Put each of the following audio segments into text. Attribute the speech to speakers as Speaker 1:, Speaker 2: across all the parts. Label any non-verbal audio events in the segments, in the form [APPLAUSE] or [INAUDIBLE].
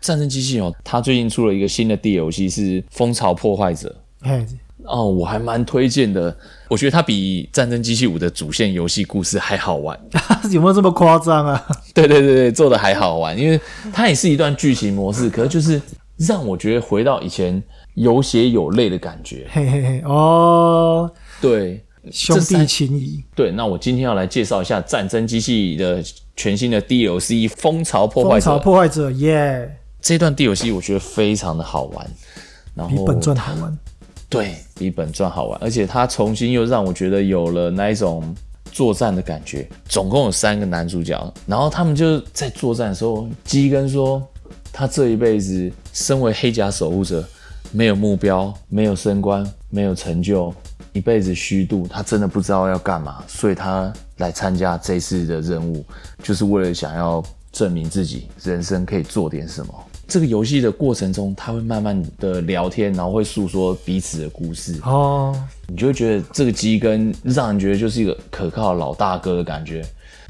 Speaker 1: 战争机器哦，它最近出了一个新的 DLC 是《蜂巢破坏者》
Speaker 2: 哎，
Speaker 1: 哦，我还蛮推荐的。我觉得它比《战争机器五》的主线游戏故事还好玩。[LAUGHS]
Speaker 2: [LAUGHS] 有没有这么夸张啊？
Speaker 1: 对对对对，做的还好玩，因为它也是一段剧情模式，可是就是让我觉得回到以前有血有泪的感觉。
Speaker 2: 嘿嘿嘿，哦，
Speaker 1: 对，
Speaker 2: 兄弟
Speaker 1: 三
Speaker 2: 情谊，
Speaker 1: 对，那我今天要来介绍一下《战争机器》的全新的 DLC《蜂巢破坏
Speaker 2: 蜂
Speaker 1: 者
Speaker 2: 巢》破坏者，耶，
Speaker 1: 这段 DLC，我觉得非常的好玩。然
Speaker 2: 比
Speaker 1: 后
Speaker 2: 本传好玩。
Speaker 1: 对比本传好玩，而且它重新又让我觉得有了那一种作战的感觉。总共有三个男主角，然后他们就在作战的时候，基根说他这一辈子身为黑甲守护者，没有目标，没有升官，没有成就，一辈子虚度，他真的不知道要干嘛，所以他来参加这次的任务，就是为了想要证明自己人生可以做点什么。这个游戏的过程中，他会慢慢的聊天，然后会诉说彼此的故事，
Speaker 2: 哦，
Speaker 1: 你就会觉得这个基根让人觉得就是一个可靠的老大哥的感觉，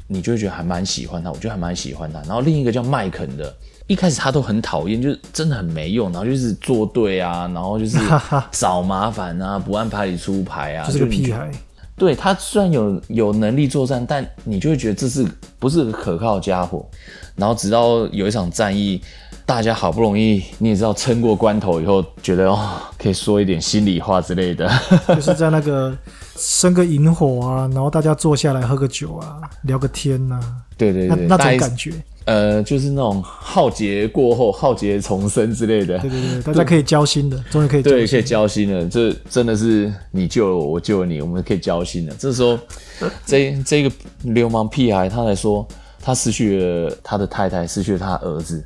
Speaker 1: 你就会觉得还蛮喜欢他，我就还蛮喜欢他。然后另一个叫麦肯的，一开始他都很讨厌，就是真的很没用，然后就是作对啊，然后就是找麻烦啊，不按牌理出牌啊，
Speaker 2: 就是个
Speaker 1: 你觉
Speaker 2: 屁
Speaker 1: 得
Speaker 2: 孩，
Speaker 1: 对他虽然有有能力作战，但你就会觉得这是不是个可靠的家伙。然后直到有一场战役，大家好不容易你也知道撑过关头以后，觉得哦可以说一点心里话之类的。
Speaker 2: 就是在那个生个萤火啊，然后大家坐下来喝个酒啊，聊个天呐、
Speaker 1: 对对
Speaker 2: 那
Speaker 1: 对，
Speaker 2: 那
Speaker 1: 大
Speaker 2: 种
Speaker 1: 概
Speaker 2: 感觉。
Speaker 1: 呃就是那种浩劫过后浩劫重生之类的
Speaker 2: 对。对对，大家可以交心的，终于可以交
Speaker 1: 对，
Speaker 2: 心。
Speaker 1: 可以交心了。这真的是你救了我，我救了你，我们可以交心了。这时
Speaker 2: [LAUGHS]
Speaker 1: 候，这这个流氓屁孩他才说，他失去了他的太太，失去了他儿子，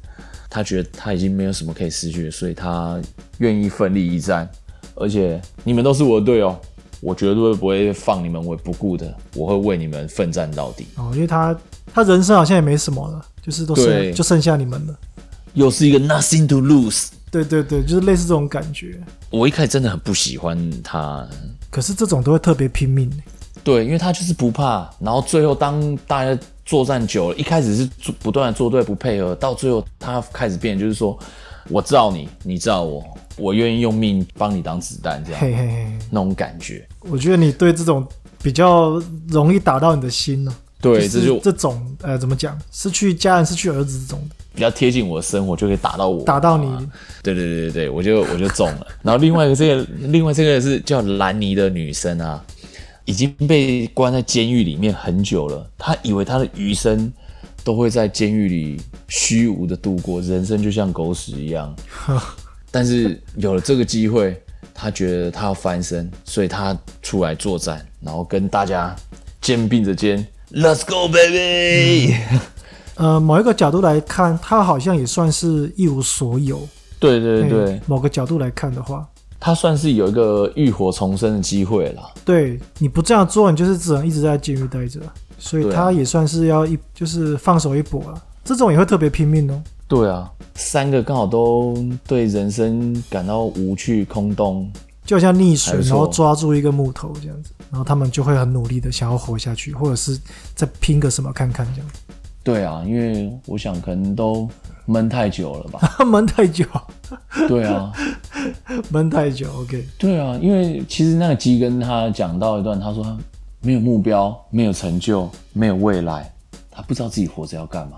Speaker 1: 他觉得他已经没有什么可以失去了，所以他愿意奋力一战。而且你们都是我的队友，哦我绝对不会放你们为不顾的，我会为你们奋战到底。
Speaker 2: 哦，因为他他人生好像也没什么了，就是都剩
Speaker 1: 对
Speaker 2: 就剩下你们了。
Speaker 1: 又是一个 nothing to lose。
Speaker 2: 对对对，就是类似这种感觉。
Speaker 1: 我一开始真的很不喜欢他，
Speaker 2: 可是这种都会特别拼命、
Speaker 1: 对，因为他就是不怕，然后最后当大家作战久了，一开始是做不断的作对不配合，到最后他开始变，就是说我知道你，你知道我，我愿意用命帮你挡子弹，这 [LAUGHS] 样
Speaker 2: 嘿嘿嘿，
Speaker 1: 那种感觉。
Speaker 2: 我觉得你对这种比较容易打到你的心了、
Speaker 1: 对，
Speaker 2: 是
Speaker 1: 这就
Speaker 2: 这种呃，怎么讲？失去家人、失去儿子这种的，
Speaker 1: 比较贴近我的生活，就可以打到我，啊
Speaker 2: 打到你
Speaker 1: 对对对对对，我就我就中了。然后另外一个这个， [LAUGHS] 另外这个是叫兰妮的女生啊，已经被关在监狱里面很久了。她以为她的余生都会在监狱里虚无的度过，人生就像狗屎一
Speaker 2: [LAUGHS]
Speaker 1: 样。但是有了这个机会，她觉得她要翻身，所以她出来作战，然后跟大家肩并着肩，Let's go baby！、
Speaker 2: 呃，某一个角度来看，他好像也算是一无所有。
Speaker 1: 对对对
Speaker 2: 嘿某个角度来看的话，
Speaker 1: 她算是有一个浴火重生的机会啦。
Speaker 2: 对你不这样做，你就是只能一直在监狱待着，所以
Speaker 1: 对啊
Speaker 2: 他也算是要一就是放手一搏了。这种也会特别拼命哦。
Speaker 1: 对啊，三个刚好都对人生感到无趣、空洞。
Speaker 2: 就好像溺水，
Speaker 1: 还不
Speaker 2: 然
Speaker 1: 错
Speaker 2: 后抓住一个木头这样子，然后他们就会很努力的想要活下去，或者是再拼个什么看看这样。
Speaker 1: 对啊，因为我想可能都闷太久了 [LAUGHS] 吧。
Speaker 2: 他闷太久，
Speaker 1: 对啊，
Speaker 2: 闷太久。OK，
Speaker 1: 对啊，因为其实那个鸡跟他讲到一段，他说他没有目标、没有成就、没有未来，他不知道自己活着要干嘛。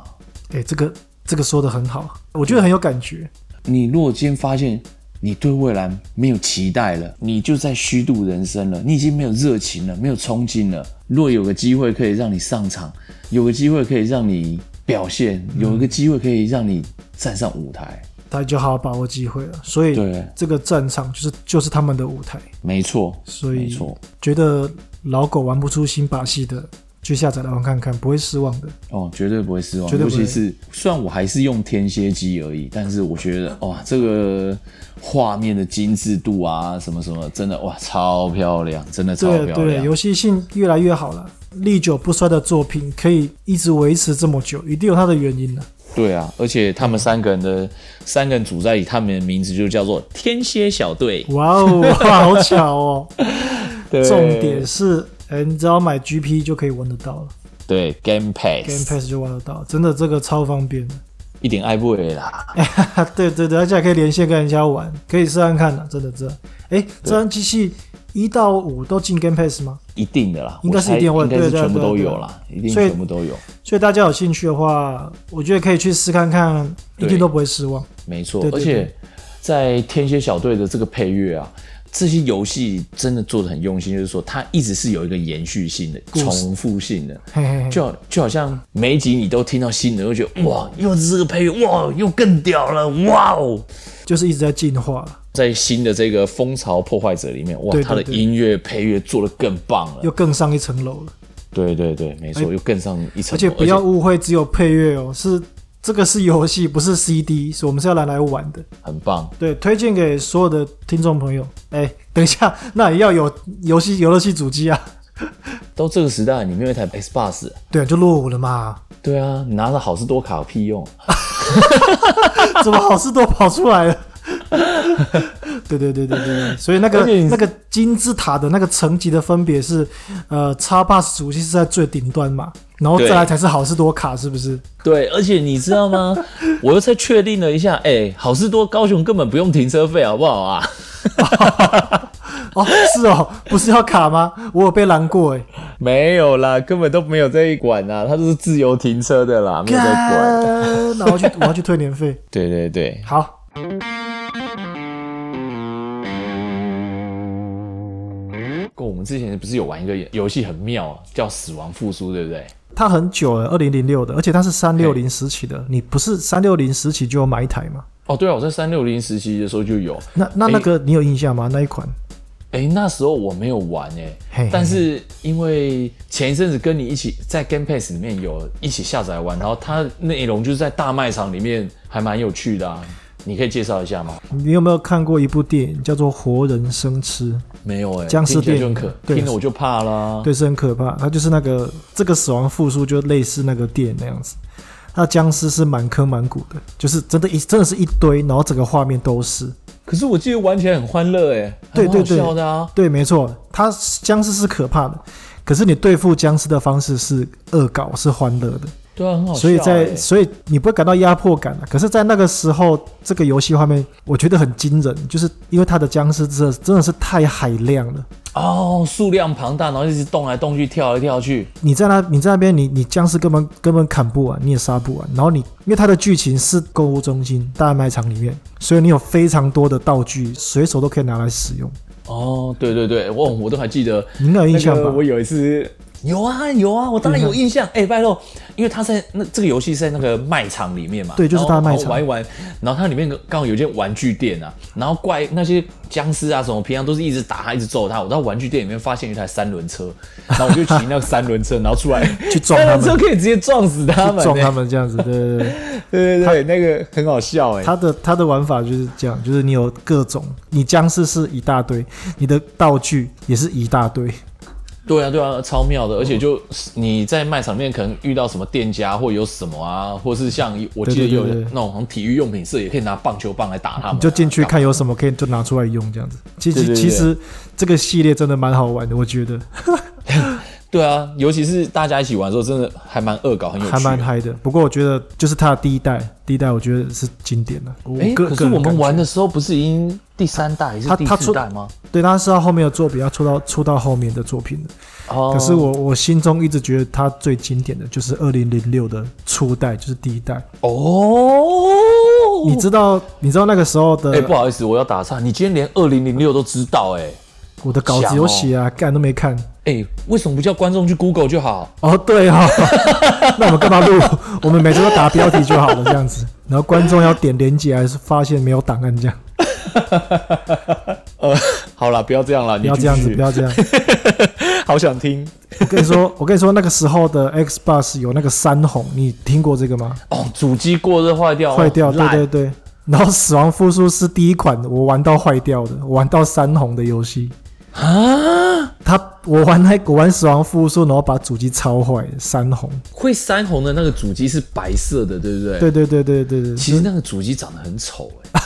Speaker 2: 哎、这个这个说的很好，我觉得很有感觉。
Speaker 1: 你如果今天发现你对未来没有期待了，你就在虚度人生了，你已经没有热情了，没有冲劲了。若有个机会可以让你上场，有个机会可以让你表现，
Speaker 2: 嗯
Speaker 1: 有一个机会可以让你站上舞台，
Speaker 2: 他就好好把握机会了，所以
Speaker 1: 对
Speaker 2: 这个战场就是就是他们的舞台，
Speaker 1: 没错，
Speaker 2: 所
Speaker 1: 没
Speaker 2: 以
Speaker 1: 错。
Speaker 2: 觉得老狗玩不出新把戏的，去下载来玩看看，不会失望的。
Speaker 1: 哦，绝对不会失望。
Speaker 2: 绝对
Speaker 1: 尤
Speaker 2: 不会
Speaker 1: 其是虽然我还是用天蝎机而已，但是我觉得哇，这个画面的精致度啊，什么什么，真的哇，超漂亮，真的超漂
Speaker 2: 对
Speaker 1: 亮。
Speaker 2: 对，游戏性越来越好了，历久不衰的作品可以一直维持这么久，一定有它的原因的。
Speaker 1: 对啊，而且他们三个人的三个人组在一起，他们的名字就叫做天蝎小队。
Speaker 2: 哇哦，
Speaker 1: [LAUGHS]
Speaker 2: 哇好巧哦！
Speaker 1: 对
Speaker 2: 重点是，哎、你只要买 GP 就可以玩得到了
Speaker 1: 对 Game
Speaker 2: ，Game
Speaker 1: Pass，
Speaker 2: Pass 就玩得到，真的这个超方便的。
Speaker 1: 一点爱不为啦。
Speaker 2: 哈， [LAUGHS] 对对对，而且还可以连线跟人家玩，可以试看看的，真的这。哎，这张机器一到五都进 Game Pass 吗？
Speaker 1: 一定的啦，
Speaker 2: 应该是一定会
Speaker 1: 我猜应该是
Speaker 2: 对对
Speaker 1: 全部
Speaker 2: 对
Speaker 1: 都
Speaker 2: 对
Speaker 1: 有啦，一定
Speaker 2: 所以
Speaker 1: 全部都有，
Speaker 2: 所以大家有兴趣的话，我觉得可以去试看看，一定
Speaker 1: 对
Speaker 2: 都不会失望。
Speaker 1: 没错。
Speaker 2: 对对
Speaker 1: 而且在天蝎小队的这个配乐啊，这些游戏真的做的很用心，就是说它一直是有一个延续性的、
Speaker 2: 事
Speaker 1: 重复性的，
Speaker 2: 嘿嘿嘿，
Speaker 1: 就好就好像每一集你都听到新的，又觉得哇，又是这个配乐，哇，又更屌了，哇哦！
Speaker 2: 就是一直在进化了，
Speaker 1: 在新的这个风潮破坏者里面，哇，
Speaker 2: 对对
Speaker 1: 他的
Speaker 2: 对
Speaker 1: 音乐配乐做的更棒了。
Speaker 2: 又更上一层楼了。
Speaker 1: 对对对，没错，又更上一层楼。
Speaker 2: 哎而且不要误会，只有配乐哦，是这个是游戏，不是 CD，所以我们是要拿来玩的。
Speaker 1: 很棒，
Speaker 2: 对，推荐给所有的听众朋友。哎，等一下，那也要有游戏游乐器主机啊。
Speaker 1: 到这个时代，你没有一台 Xbox，
Speaker 2: 对，啊就落伍了嘛，
Speaker 1: 对啊，你拿着好事多卡有屁用？
Speaker 2: [LAUGHS] 怎么好事多跑出来了？ [LAUGHS] 对对对对对对，所以那个
Speaker 1: 而且你
Speaker 2: 那个金字塔的那个层级的分别是，呃，叉 bus 主机是在最顶端嘛，然后再来
Speaker 1: 对
Speaker 2: 才是好事多卡，是不是？
Speaker 1: 对，而且你知道吗？ [LAUGHS] 我又再确定了一下，哎、好事多高雄根本不用停车费，好不好啊？
Speaker 2: 哦，是哦， [LAUGHS] 不是要卡吗？我有被拦过哎、
Speaker 1: 没有啦，根本都没有在管啊，它都是自由停车的啦， [LAUGHS] 没有在管。
Speaker 2: 干那我要去我要去退年费。
Speaker 1: 对对对，
Speaker 2: 好，
Speaker 1: 跟我们之前不是有玩一个游戏很妙，啊叫《死亡复苏》，对不对？
Speaker 2: 它很久了，二零零六的，而且它是三六零时期的，你不是三六零时期就有买一台吗？
Speaker 1: 哦，对啊，我在三六零时期的时候就有。
Speaker 2: 那那那个你有印象吗？那一款？
Speaker 1: 哎、那时候我没有玩哎、
Speaker 2: 嘿嘿
Speaker 1: 但是因为前一阵子跟你一起在 Game Pass 里面有一起下载玩，然后它内容就是在大卖场里面还蛮有趣的啊，你可以介绍一下吗？
Speaker 2: 你有没有看过一部电影叫做《活人生吃》？
Speaker 1: 没有哎、
Speaker 2: 僵尸
Speaker 1: 听起来
Speaker 2: 电
Speaker 1: 就
Speaker 2: 影
Speaker 1: 很可，
Speaker 2: 对
Speaker 1: 听了我就怕啦。
Speaker 2: 对，是很可怕。它就是那个这个死亡复苏，就类似那个电影那样子。那僵尸是满坑满谷的，就是真的一真的是一堆，然后整个画面都是。
Speaker 1: 可是我记得玩起来很欢乐哎、欸，
Speaker 2: 对对
Speaker 1: 很好笑
Speaker 2: 对
Speaker 1: 的啊。
Speaker 2: 对，没错，它僵尸是可怕的，可是你对付僵尸的方式是恶搞，是欢乐的。
Speaker 1: 对啊，很好笑、欸。
Speaker 2: 所以在所以你不会感到压迫感啊。可是，在那个时候，这个游戏画面我觉得很惊人，就是因为它的僵尸真的真的是太海量了。
Speaker 1: 哦，数量庞大，然后一直动来动去，跳来跳去。
Speaker 2: 你在那你在那边，你你僵尸根本根本砍不完，你也杀不完。然后你因为它的剧情是购物中心大卖场里面，所以你有非常多的道具，随手都可以拿来使用。
Speaker 1: 哦，对对对，我我都还记得
Speaker 2: 你应该有印嗯象吧？
Speaker 1: 那个我有一次有啊有啊，我当然有印象。哎、拜托，因为他在那这个游戏是在那个卖场里面嘛，
Speaker 2: 对就是
Speaker 1: 然后
Speaker 2: 他的卖
Speaker 1: 然后
Speaker 2: 场
Speaker 1: 玩一玩，然后它里面刚好有一间玩具店啊，然后怪那些僵尸啊什么，平常都是一直打他，一直揍他。我到玩具店里面发现一台三轮车，然后我就骑那个三轮车，然后出来
Speaker 2: [LAUGHS] 去撞他
Speaker 1: 三
Speaker 2: 们
Speaker 1: 轮车可以直接撞死他们、
Speaker 2: 撞他
Speaker 1: 欸，
Speaker 2: 们这样子，对对对。
Speaker 1: 对对对，那个很好笑哎、
Speaker 2: 它的它的玩法就是这样，就是你有各种，你僵尸是一大堆，你的道具也是一大堆，
Speaker 1: 对啊，对啊，超妙
Speaker 2: 嗯
Speaker 1: 的，而且就你在卖场里面可能遇到什么店家或有什么啊，或是像我记得
Speaker 2: 对对
Speaker 1: 有
Speaker 2: 对对
Speaker 1: 那种好像体育用品社也可以拿棒球棒来打他们啊，
Speaker 2: 你就进去看有什么可以就拿出来用这样子。其
Speaker 1: 对对
Speaker 2: 实
Speaker 1: 对
Speaker 2: 其实这个系列真的蛮好玩的，我觉得
Speaker 1: 对啊，尤其是大家一起玩的时候，真的还蛮恶搞，很有趣。
Speaker 2: 还蛮嗨的。不过我觉得就是它的第一代，第一代我觉得是经典的。我
Speaker 1: 哎，
Speaker 2: 个
Speaker 1: 可
Speaker 2: 个
Speaker 1: 是
Speaker 2: 人
Speaker 1: 我
Speaker 2: 感
Speaker 1: 们
Speaker 2: 觉
Speaker 1: 玩的时候不是已经第三代还是
Speaker 2: 他
Speaker 1: 第
Speaker 2: 他
Speaker 1: 四
Speaker 2: 出
Speaker 1: 代吗？
Speaker 2: 对它是到后面的作品，要出到出到后面的作品的。
Speaker 1: 哦，
Speaker 2: 可是我我心中一直觉得它最经典的就是二零零六的初代，就是第一代。
Speaker 1: 哦，
Speaker 2: 你知道你知道那个时候的
Speaker 1: 哎、不好意思，我要打岔，你今天连二零零六都知道哎、
Speaker 2: 我的稿子有写啊，干、都没
Speaker 1: [LAUGHS]
Speaker 2: 看。
Speaker 1: 哎、为什么不叫观众去 Google 就好？
Speaker 2: 哦，对哦， [LAUGHS] 那我们干嘛录？我们每次都打标题就好了，这样子。然后观众要点连接，还是发现没有档案这样？
Speaker 1: 呃， [LAUGHS] 好啦，不要这样啦，
Speaker 2: 不
Speaker 1: 你
Speaker 2: 要这样子，
Speaker 1: 继续
Speaker 2: 不要这样。
Speaker 1: [LAUGHS] 好想听
Speaker 2: 我跟
Speaker 1: [LAUGHS]
Speaker 2: 你说，我跟你说，那个时候的 Xbox 有那个三红，你听过这个吗？
Speaker 1: 哦，主机过热坏掉，
Speaker 2: 坏掉，
Speaker 1: 哦
Speaker 2: 对
Speaker 1: 烂
Speaker 2: 对对。然后《死亡复苏》是第一款我玩到坏掉的，我玩到三红的游戏。
Speaker 1: 啊，
Speaker 2: 它我玩那我玩《死亡复苏》，然后把主机超坏，三红。
Speaker 1: 会三红的那个主机是白色的，对不对？。
Speaker 2: 对对对对对对。
Speaker 1: 其实那个主机长得很丑哎、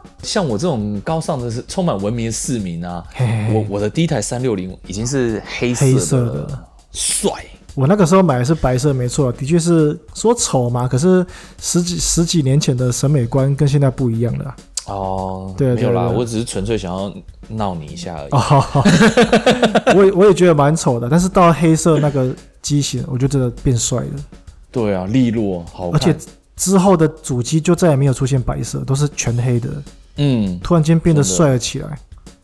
Speaker 1: [LAUGHS] 像我这种高尚的、是充满文明的市民啊
Speaker 2: 嘿嘿，嘿
Speaker 1: 我我的第一台三六零已经是黑色
Speaker 2: 黑
Speaker 1: 的
Speaker 2: 色的
Speaker 1: 了，帅
Speaker 2: 我那个时候买的是白色，没错，的确是说丑嘛，可是十几十几年前的审美观跟现在不
Speaker 1: [LAUGHS]
Speaker 2: 一样了啊。
Speaker 1: 哦，
Speaker 2: 对
Speaker 1: 没有啦，
Speaker 2: 对对
Speaker 1: 我只是纯粹想要闹你一下而已。
Speaker 2: 哦，我也我也觉得蛮丑的，但是到黑色那个机型，我就真的变帅了。
Speaker 1: 对啊，利落好
Speaker 2: 而
Speaker 1: 看，
Speaker 2: 且之后的主机就再也没有出现白色，都是全黑的，
Speaker 1: 嗯，
Speaker 2: 突然间变得
Speaker 1: 真的
Speaker 2: 帅了起来。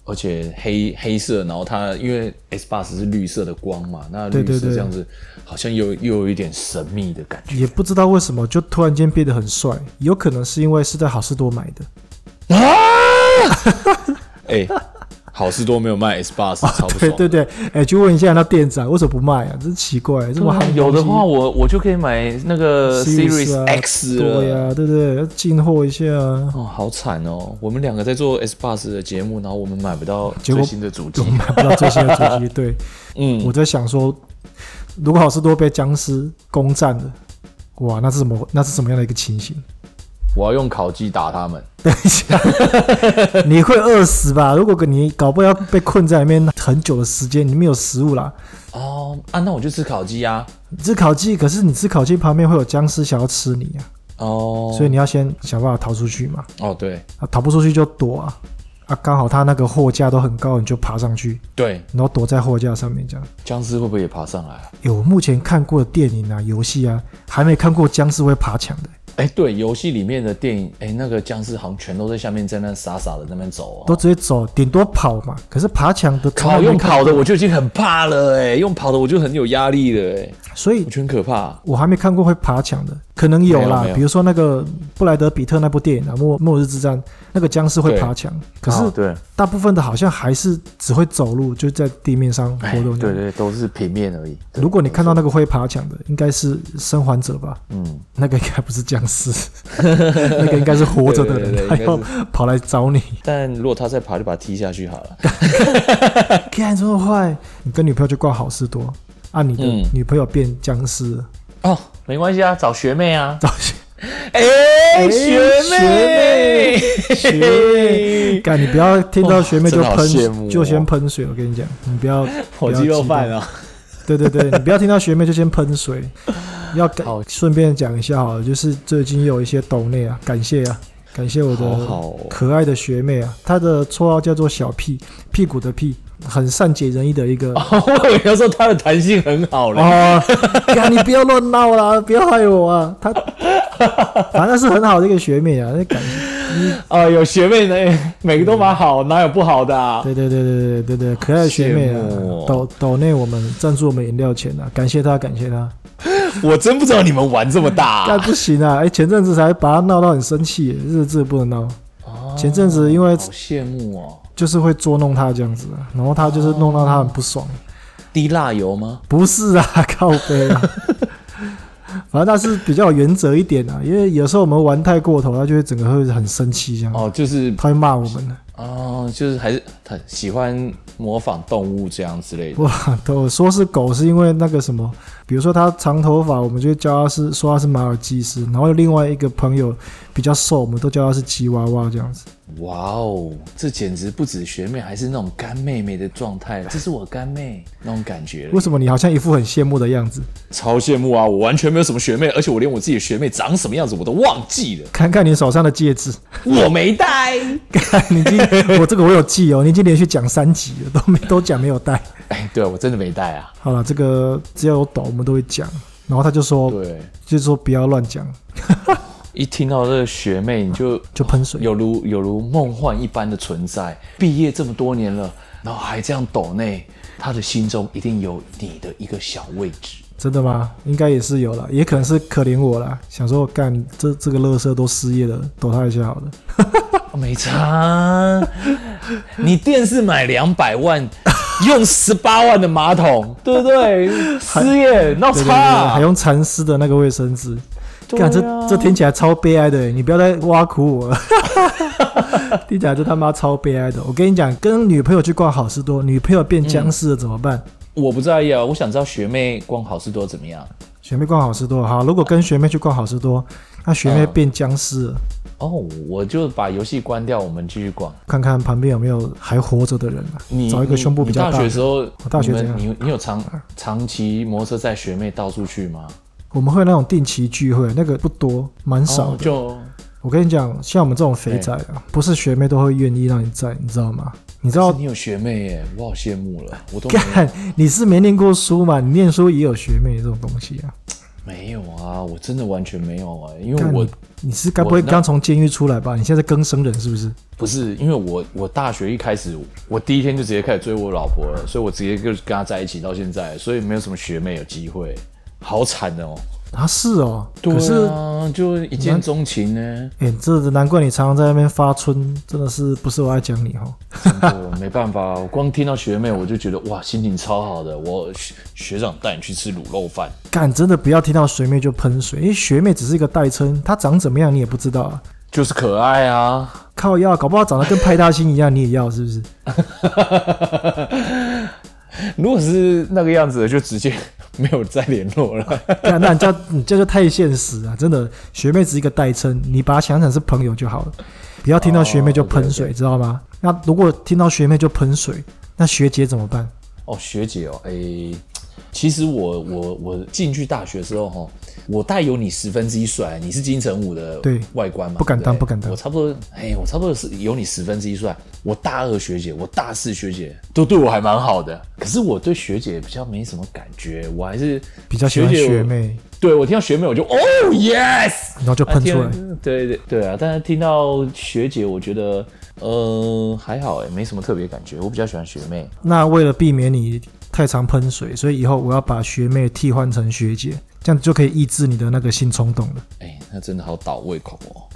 Speaker 1: 而且黑黑色，然后它因为 S bus 是绿色的光嘛，那
Speaker 2: 对
Speaker 1: 绿
Speaker 2: 对
Speaker 1: 色
Speaker 2: 对
Speaker 1: 这样子好像又又有一点神秘的感觉
Speaker 2: 也不知道为什么，就突然间变得很帅，有可能是因为是在好事多买的，啊
Speaker 1: [LAUGHS] 哎、好事多没有卖 S bus，超不爽。
Speaker 2: 对啊 [LAUGHS] 对对，哎，去问一下那店长为什么不卖啊？真奇怪，这么好
Speaker 1: 嗯有的话我我就可以买那个 Series
Speaker 2: 啊
Speaker 1: X 了。
Speaker 2: 对呀、对不对？要进货一下啊，
Speaker 1: 哦，好惨哦！我们两个在做 S bus 的节目，然后我们买不到
Speaker 2: 结
Speaker 1: 最
Speaker 2: 果
Speaker 1: 新的主机
Speaker 2: 我。买不到最新的主机。对，
Speaker 1: [LAUGHS] 嗯，
Speaker 2: 我在想说，如果好事多被僵尸攻占了，哇，那是什么？那是什么样的一个情形？
Speaker 1: 我要用烤鸡打他们。
Speaker 2: 等一下，你会饿死吧？如果你搞不好要被困在里面很久的时间，你没有食物啦。
Speaker 1: 哦啊，那我就吃烤鸡啊。
Speaker 2: 你吃烤鸡，可是你吃烤鸡旁边会有僵尸想要吃你啊，
Speaker 1: 哦，
Speaker 2: 所以你要先想办法逃出去嘛。
Speaker 1: 哦对
Speaker 2: 啊，逃不出去就躲啊。啊，刚好他那个货架都很高，你就爬上去，
Speaker 1: 对，
Speaker 2: 然后躲在货架上面这样。
Speaker 1: 僵尸会不会也爬上来啊？
Speaker 2: 哎、我目前看过的电影啊、游戏啊，还没看过僵尸会爬墙的、
Speaker 1: 哎，对，游戏里面的电影，哎，那个僵尸好像全都在下面在那傻傻的在那边走、
Speaker 2: 都
Speaker 1: 哦。
Speaker 2: 直接走，顶多跑嘛。可是爬墙的从来
Speaker 1: 靠，
Speaker 2: 没
Speaker 1: 用
Speaker 2: 看
Speaker 1: 跑的我就已经很怕了哎，用跑的我就很有压力了哎，
Speaker 2: 所以
Speaker 1: 我觉得很可怕。
Speaker 2: 我还没看过会爬墙的，可能有啦
Speaker 1: 没有没有
Speaker 2: 比如说那个布莱德比特那部电影啊，《末末日之战》，那个僵尸会爬墙，可
Speaker 1: 哦
Speaker 2: 是
Speaker 1: 对，
Speaker 2: 大部分的好像还是只会走路，就在地面上活
Speaker 1: 哎
Speaker 2: 动。
Speaker 1: 对。对，都是平面而已。对
Speaker 2: 如果你看到那个会爬墙的，应该是生还者吧？
Speaker 1: 嗯，
Speaker 2: 那个应该不是僵尸，
Speaker 1: [LAUGHS]
Speaker 2: 那个应该是活着的人，
Speaker 1: 对对对
Speaker 2: 他
Speaker 1: 应该
Speaker 2: 要跑来找你。
Speaker 1: 但如果他再爬，就把他踢下去好
Speaker 2: [LAUGHS]
Speaker 1: 了。
Speaker 2: 干这么坏！你跟女朋友就挂好事多，啊，你的
Speaker 1: 嗯
Speaker 2: 女朋友变僵尸了，
Speaker 1: 哦，没关系啊，找学妹啊。
Speaker 2: 到现
Speaker 1: 哎、
Speaker 2: 学
Speaker 1: 学
Speaker 2: 妹
Speaker 1: 妹， [LAUGHS]
Speaker 2: 学妹， [LAUGHS] 干你不要听到学妹就
Speaker 1: 哦真的好羡慕
Speaker 2: 喷，
Speaker 1: 哦
Speaker 2: 就先喷水。我跟你讲，你不
Speaker 1: [LAUGHS]
Speaker 2: 要，不
Speaker 1: 火
Speaker 2: 要
Speaker 1: 鸡肉饭
Speaker 2: 激动！
Speaker 1: 啊！
Speaker 2: 对对对，你不要听到学妹就先喷
Speaker 1: [LAUGHS]
Speaker 2: 水。要感
Speaker 1: 好
Speaker 2: 顺便讲一下好了，就是最近有一些抖内啊，感谢啊，感谢我
Speaker 1: 好好
Speaker 2: 的
Speaker 1: 哦
Speaker 2: 可爱的学妹啊，她的绰号叫做小屁屁股的屁，很善解人意的一个。 [LAUGHS]
Speaker 1: [LAUGHS] 我以为说它的弹性很好嘞。
Speaker 2: 哦，干你不要乱闹啦，不要害我啊！她 [LAUGHS] 反正是很好的一个学妹啊，那感
Speaker 1: 哦，有学妹呢，哎每个都蛮好，哪有不好的、啊？
Speaker 2: 对对对对对对对，可爱的学妹啊
Speaker 1: 羡慕，哦
Speaker 2: 抖抖内我们赞助我们饮料钱啊，感谢她感谢她，
Speaker 1: 我真不知道你们玩这么大、
Speaker 2: 但不行啊，哎，前阵子才把她闹到很生气耶，日子不能闹。前阵子因为
Speaker 1: 好羡慕哦。
Speaker 2: 就是会捉弄她这样子啊，然后她就是弄到她很不爽，
Speaker 1: 滴蜡油吗？
Speaker 2: 不是啊，靠背啊。反正她是比较有原则一点啊，因为有时候我们玩太过头，她就会整个会很生气这样，
Speaker 1: 哦，就是
Speaker 2: 她会骂我们的。
Speaker 1: 哦，就是还是他喜欢模仿动物这样之类的。
Speaker 2: 哇，都说是狗，是因为那个什么，比如说它长头发，我们就叫它是说它是马尔济斯，然后另外一个朋友比较瘦，我们都叫它是吉娃娃这样子。
Speaker 1: 哇哦，这简直不止学妹，还是那种干妹妹的状态。这是我干妹那种感觉了
Speaker 2: 为什么你好像一副很羡慕的
Speaker 1: [LAUGHS]
Speaker 2: 样子？
Speaker 1: 超羡慕啊！我完全没有什么学妹，而且我连我自己的学妹长什么样子我都忘记了，
Speaker 2: 看看你手上的戒指， [LAUGHS]
Speaker 1: 我没带。
Speaker 2: 看你已经，我这个我有记哦，你已经连续讲三集了，都没都讲没有带。
Speaker 1: 哎，对啊我真的没带啊。
Speaker 2: 好了，这个只要有抖我们都会讲，然后他就说，
Speaker 1: 对，
Speaker 2: 就说不要乱讲，
Speaker 1: 一听到这个学妹，你就
Speaker 2: 就喷水。
Speaker 1: 有如有如梦幻一般的存在。毕业这么多年了，然后还这样抖内，她的心中一定有你的一个小位置。
Speaker 2: 真的吗？应该也是有了，也可能是可怜我啦，想说干这这个乐色都失业了，抖他一下好了。
Speaker 1: 哦没差，你电视买两百万，用十八万的马桶，对不对？失业闹
Speaker 2: 对对对，还
Speaker 1: 差，
Speaker 2: 用蚕丝的那个卫生纸，
Speaker 1: 对
Speaker 2: 干、
Speaker 1: 啊
Speaker 2: 这这听起来超悲哀的，欸你不要再挖苦我了， [LAUGHS] 听起来这他妈超悲哀的。我跟你讲，跟女朋友去逛好事
Speaker 1: 嗯
Speaker 2: 多，女朋友变僵尸了怎么办？
Speaker 1: 我不在意啊。我想知道学妹逛好事多怎么样。
Speaker 2: 学妹逛好事多，好，如果跟学妹去逛好事多，那学妹
Speaker 1: 嗯
Speaker 2: 变僵尸了，
Speaker 1: 哦，我就把游戏关掉，我们继续逛。
Speaker 2: 看看旁边有没有还活着的人啊
Speaker 1: 你，
Speaker 2: 找一个胸部比较
Speaker 1: 你大
Speaker 2: 大
Speaker 1: 学的
Speaker 2: 的。
Speaker 1: 时候，
Speaker 2: 大学
Speaker 1: 你们
Speaker 2: 怎样
Speaker 1: 你你有长长期摩托车载学妹到处去吗？
Speaker 2: 我们会那种定期聚会，那个不多，蛮少
Speaker 1: 哦
Speaker 2: 的。
Speaker 1: 就
Speaker 2: 我跟你讲，像我们这种肥仔啊，不是学妹都会愿意让你在，你知道吗？你知道
Speaker 1: 你有学妹耶，我好羡慕了，我都没有
Speaker 2: [LAUGHS] 干，你是没念过书嘛？你念书也有学妹这种东西啊。
Speaker 1: 没有啊，我真的完全没有啊，因为
Speaker 2: 干
Speaker 1: 我
Speaker 2: 你你是该不会
Speaker 1: 我那
Speaker 2: 刚从监狱出来吧？你现在是更生人是不是？
Speaker 1: 不是因为我我大学一开始，我第一天就直接开始追我老婆了，所以我直接就跟她在一起到现在，所以没有什么学妹有机会，好惨哦。
Speaker 2: 啊，是哦。
Speaker 1: 对
Speaker 2: 可是，
Speaker 1: 啊，就一见钟情呢，
Speaker 2: 哎、这难怪你常常在那边发春，真的是不是我在讲你哦？
Speaker 1: 真的没办法，我光听到学妹我就觉得哇，心情超好的。我学学长带你去吃卤肉饭，
Speaker 2: 干，真的不要听到学妹就喷水，因为学妹只是一个代称，她长怎么样你也不知道啊。
Speaker 1: 就是可爱啊。
Speaker 2: 靠要，搞不好长得跟派大星一样，你也要是不是？
Speaker 1: [LAUGHS] 如果是那个样子的，就直接 [LAUGHS] 没有再联络了。
Speaker 2: 干那你这样你这样就太现实啊！真的，学妹只是一个代称，你把她想想是朋友就好了，不要听到学
Speaker 1: 哦
Speaker 2: 妹就喷水，知道吗？那如果听到学妹就喷水，那学姐怎么办？
Speaker 1: 哦，学姐哦，诶、其实我我我进去大学的时候哈，我大概有你十分之一帅，你是金城武的
Speaker 2: 对
Speaker 1: 外观嘛，
Speaker 2: 不敢当
Speaker 1: 对对
Speaker 2: 不敢当
Speaker 1: 我差不多，哎、我差不多是有你十分之一帅。我大二学姐，我大四学姐都对我还蛮好的，可是我对学姐比较没什么感觉，我还是
Speaker 2: 比较喜欢
Speaker 1: 姐我
Speaker 2: 学妹，
Speaker 1: 对我听到学妹我就哦 yes，
Speaker 2: 然后就喷出来
Speaker 1: 啊。听对对对啊！但是听到学姐，我觉得呃还好哎、没什么特别感觉。我比较喜欢学妹。
Speaker 2: 那为了避免你太常喷水，所以以后我要把学妹替换成学姐，这样就可以抑制你的那个性冲动了。
Speaker 1: 哎、那真的好倒胃口哦。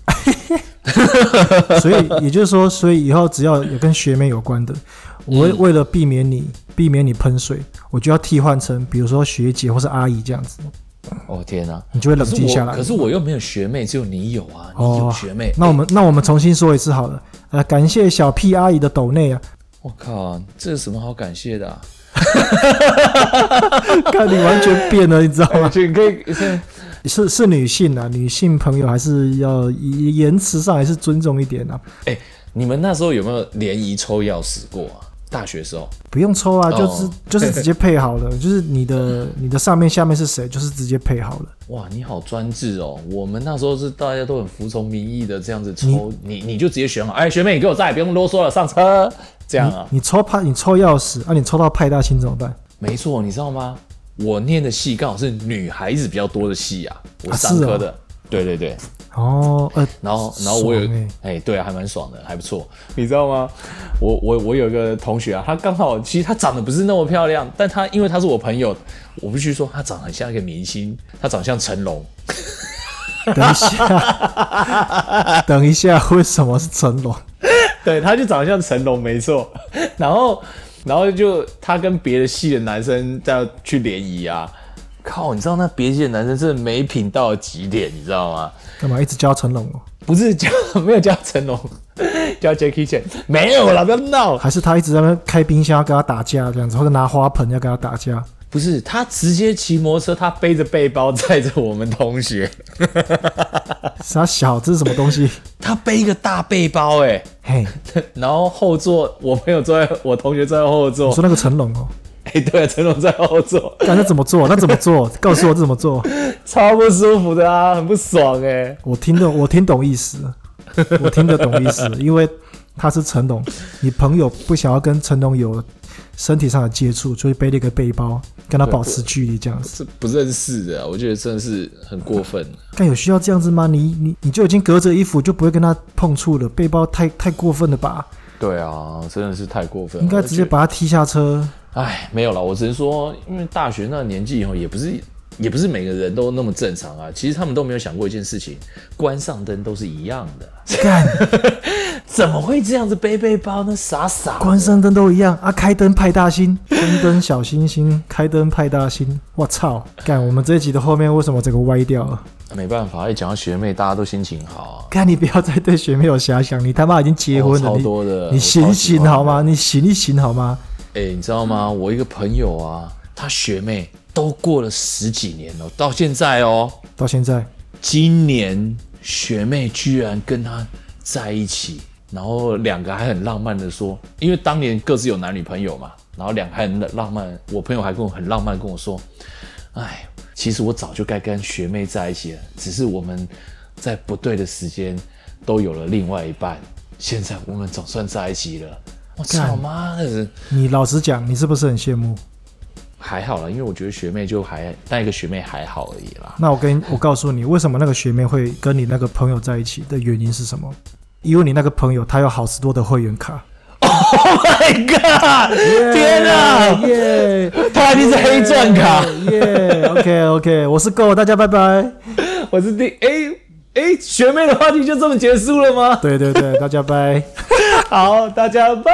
Speaker 1: [LAUGHS]
Speaker 2: 所以也就是说，所以以后只要有跟学妹有关的，我
Speaker 1: 嗯
Speaker 2: 会为了避免你避免你喷水，我就要替换成比如说学姐或是阿姨这样子，
Speaker 1: 哦天啊，
Speaker 2: 你就会冷
Speaker 1: 可是
Speaker 2: 静下
Speaker 1: 我
Speaker 2: 来
Speaker 1: 可。是我又没有学妹，只有你有啊，你有
Speaker 2: 哦
Speaker 1: 学妹。
Speaker 2: 那我们那我们重新说一次好了，呃，感谢小屁阿姨的抖内啊， [LAUGHS]
Speaker 1: 我靠，这有什么好感谢的、啊？
Speaker 2: 看你完全变了，你知道吗？
Speaker 1: 这你可以是
Speaker 2: 是是女性啊，女性朋友还是要以言辞上还是尊重一点啊，
Speaker 1: 哎、你们那时候有没有联谊抽钥匙过啊？大学时候
Speaker 2: 不用抽啊，
Speaker 1: 哦
Speaker 2: 就是、就是直接配
Speaker 1: [LAUGHS]
Speaker 2: 好了，就是你的你的上面下面是谁，就是直接配好了。
Speaker 1: 哇，你好专制哦！我们那时候是大家都很服从民意的，这样子抽你你就直接选好，哎，学妹你给我在，不用啰嗦了，上车，这样啊，
Speaker 2: 你抽派你抽钥匙啊，你抽到派大星怎么办？
Speaker 1: 没错，你知道吗？我念的系刚好是女孩子比较多的系啊，我
Speaker 2: 啊
Speaker 1: 上
Speaker 2: 是哦
Speaker 1: 科的，对对对，
Speaker 2: 哦，呃，
Speaker 1: 然后，然后我有
Speaker 2: 爽欸，
Speaker 1: 哎、对啊，还蛮爽的，还不错，你知道吗？我我我有一个同学啊，她刚好其实她长得不是那么漂亮，但她因为她是我朋友，我必须说她长得很像一个明星，她长得像成龙，
Speaker 2: 等一下，
Speaker 1: [LAUGHS]
Speaker 2: 等一下，为什么是成龙？
Speaker 1: 对，她就长得像成龙，没错。 [LAUGHS] 然后，然后就她跟别的系的男生在去联谊啊，靠，你知道那别系的男生真的没品到极点，你知道吗？
Speaker 2: 干嘛一直叫成龙哦？
Speaker 1: 不是叫 [LAUGHS] 没有叫成龙， [LAUGHS] 叫 Jackie Chan，没有啦，不要闹。
Speaker 2: 还是他一直在那边开冰箱要跟他打架这样子，或者拿花盆要跟他打架？
Speaker 1: 不是，他直接骑摩托车，他背着背包载着我们同学，
Speaker 2: 傻小，这是什么东西？
Speaker 1: [LAUGHS] 他背一个大背包哎、
Speaker 2: 嘿，
Speaker 1: [LAUGHS] 然后后座我朋友坐在我同学坐在后 [LAUGHS]
Speaker 2: 我
Speaker 1: 座，
Speaker 2: 说那个成龙哦，
Speaker 1: 哎、对、啊，成龙在后座， [LAUGHS]
Speaker 2: 干那怎么做？那怎么做？告诉我这怎么做？
Speaker 1: 超不舒服的啊，很不爽哎、
Speaker 2: 我听懂，我听懂意思，我听得懂意思，因为他是成龙，你朋友不想要跟成龙有身体上的接触，所以背了一个背包，跟他保持距离这样子。
Speaker 1: 是不认识的、啊，我觉得真的是很过分。
Speaker 2: 但有需要这样子吗？你你你就已经隔着衣服就不会跟他碰触了，背包太太过分了吧？
Speaker 1: [LAUGHS] 对啊，真的是太过分了，
Speaker 2: 应该直接把他踢下车。
Speaker 1: 哎，没有啦，我只是说，因为大学那年纪以后，也不是也不是每个人都那么正常啊。其实他们都没有想过一件事情，关上灯都是一样的。 [LAUGHS] 怎么会这样子背背包呢？傻傻的
Speaker 2: 关上灯都一样啊，开灯派大星，关灯小星星， [LAUGHS] 开灯派大星。我操！干，我们这一集的后面为什么这个歪掉了？
Speaker 1: 没办法，一讲到学妹，大家都心情好、啊。
Speaker 2: 干，你不要再对学妹有遐想，你他妈已经结婚了，
Speaker 1: 哦超
Speaker 2: 你
Speaker 1: 多的
Speaker 2: 你醒
Speaker 1: 我超
Speaker 2: 一
Speaker 1: 喜
Speaker 2: 醒
Speaker 1: 欢
Speaker 2: 好
Speaker 1: 的
Speaker 2: 吗？你醒一醒好吗？
Speaker 1: 嗯哎、你知道吗？我一个朋友啊，他学妹都过了十几年了，到现在哦，
Speaker 2: 到现在
Speaker 1: 今年学妹居然跟他在一起，然后两个还很浪漫的说，因为当年各自有男女朋友嘛，然后两个还很浪漫，我朋友还跟我很浪漫地跟我说，哎，其实我早就该跟学妹在一起了，只是我们在不对的时间都有了另外一半，现在我们总算在一起了。我操妈的！
Speaker 2: 你老实讲，你是不是很羡慕？
Speaker 1: 还好啦，因为我觉得学妹就还那一个学妹还好而已啦。
Speaker 2: 那我跟我告诉你，为什么那个学妹会跟你那个朋友在一起的原因是什么？因为你那个朋友他有好十多的会员卡，
Speaker 1: Oh my god！天 [LAUGHS] 哪，
Speaker 2: 哎耶，哎
Speaker 1: 他一定是黑钻卡。
Speaker 2: 耶，OK OK，我是 Go，大家拜拜。
Speaker 1: [LAUGHS] 我是第哎
Speaker 2: [LAUGHS]
Speaker 1: 哎，学妹的话题就这么结束了吗？
Speaker 2: 对对对，大家拜。
Speaker 1: 好，大家拜。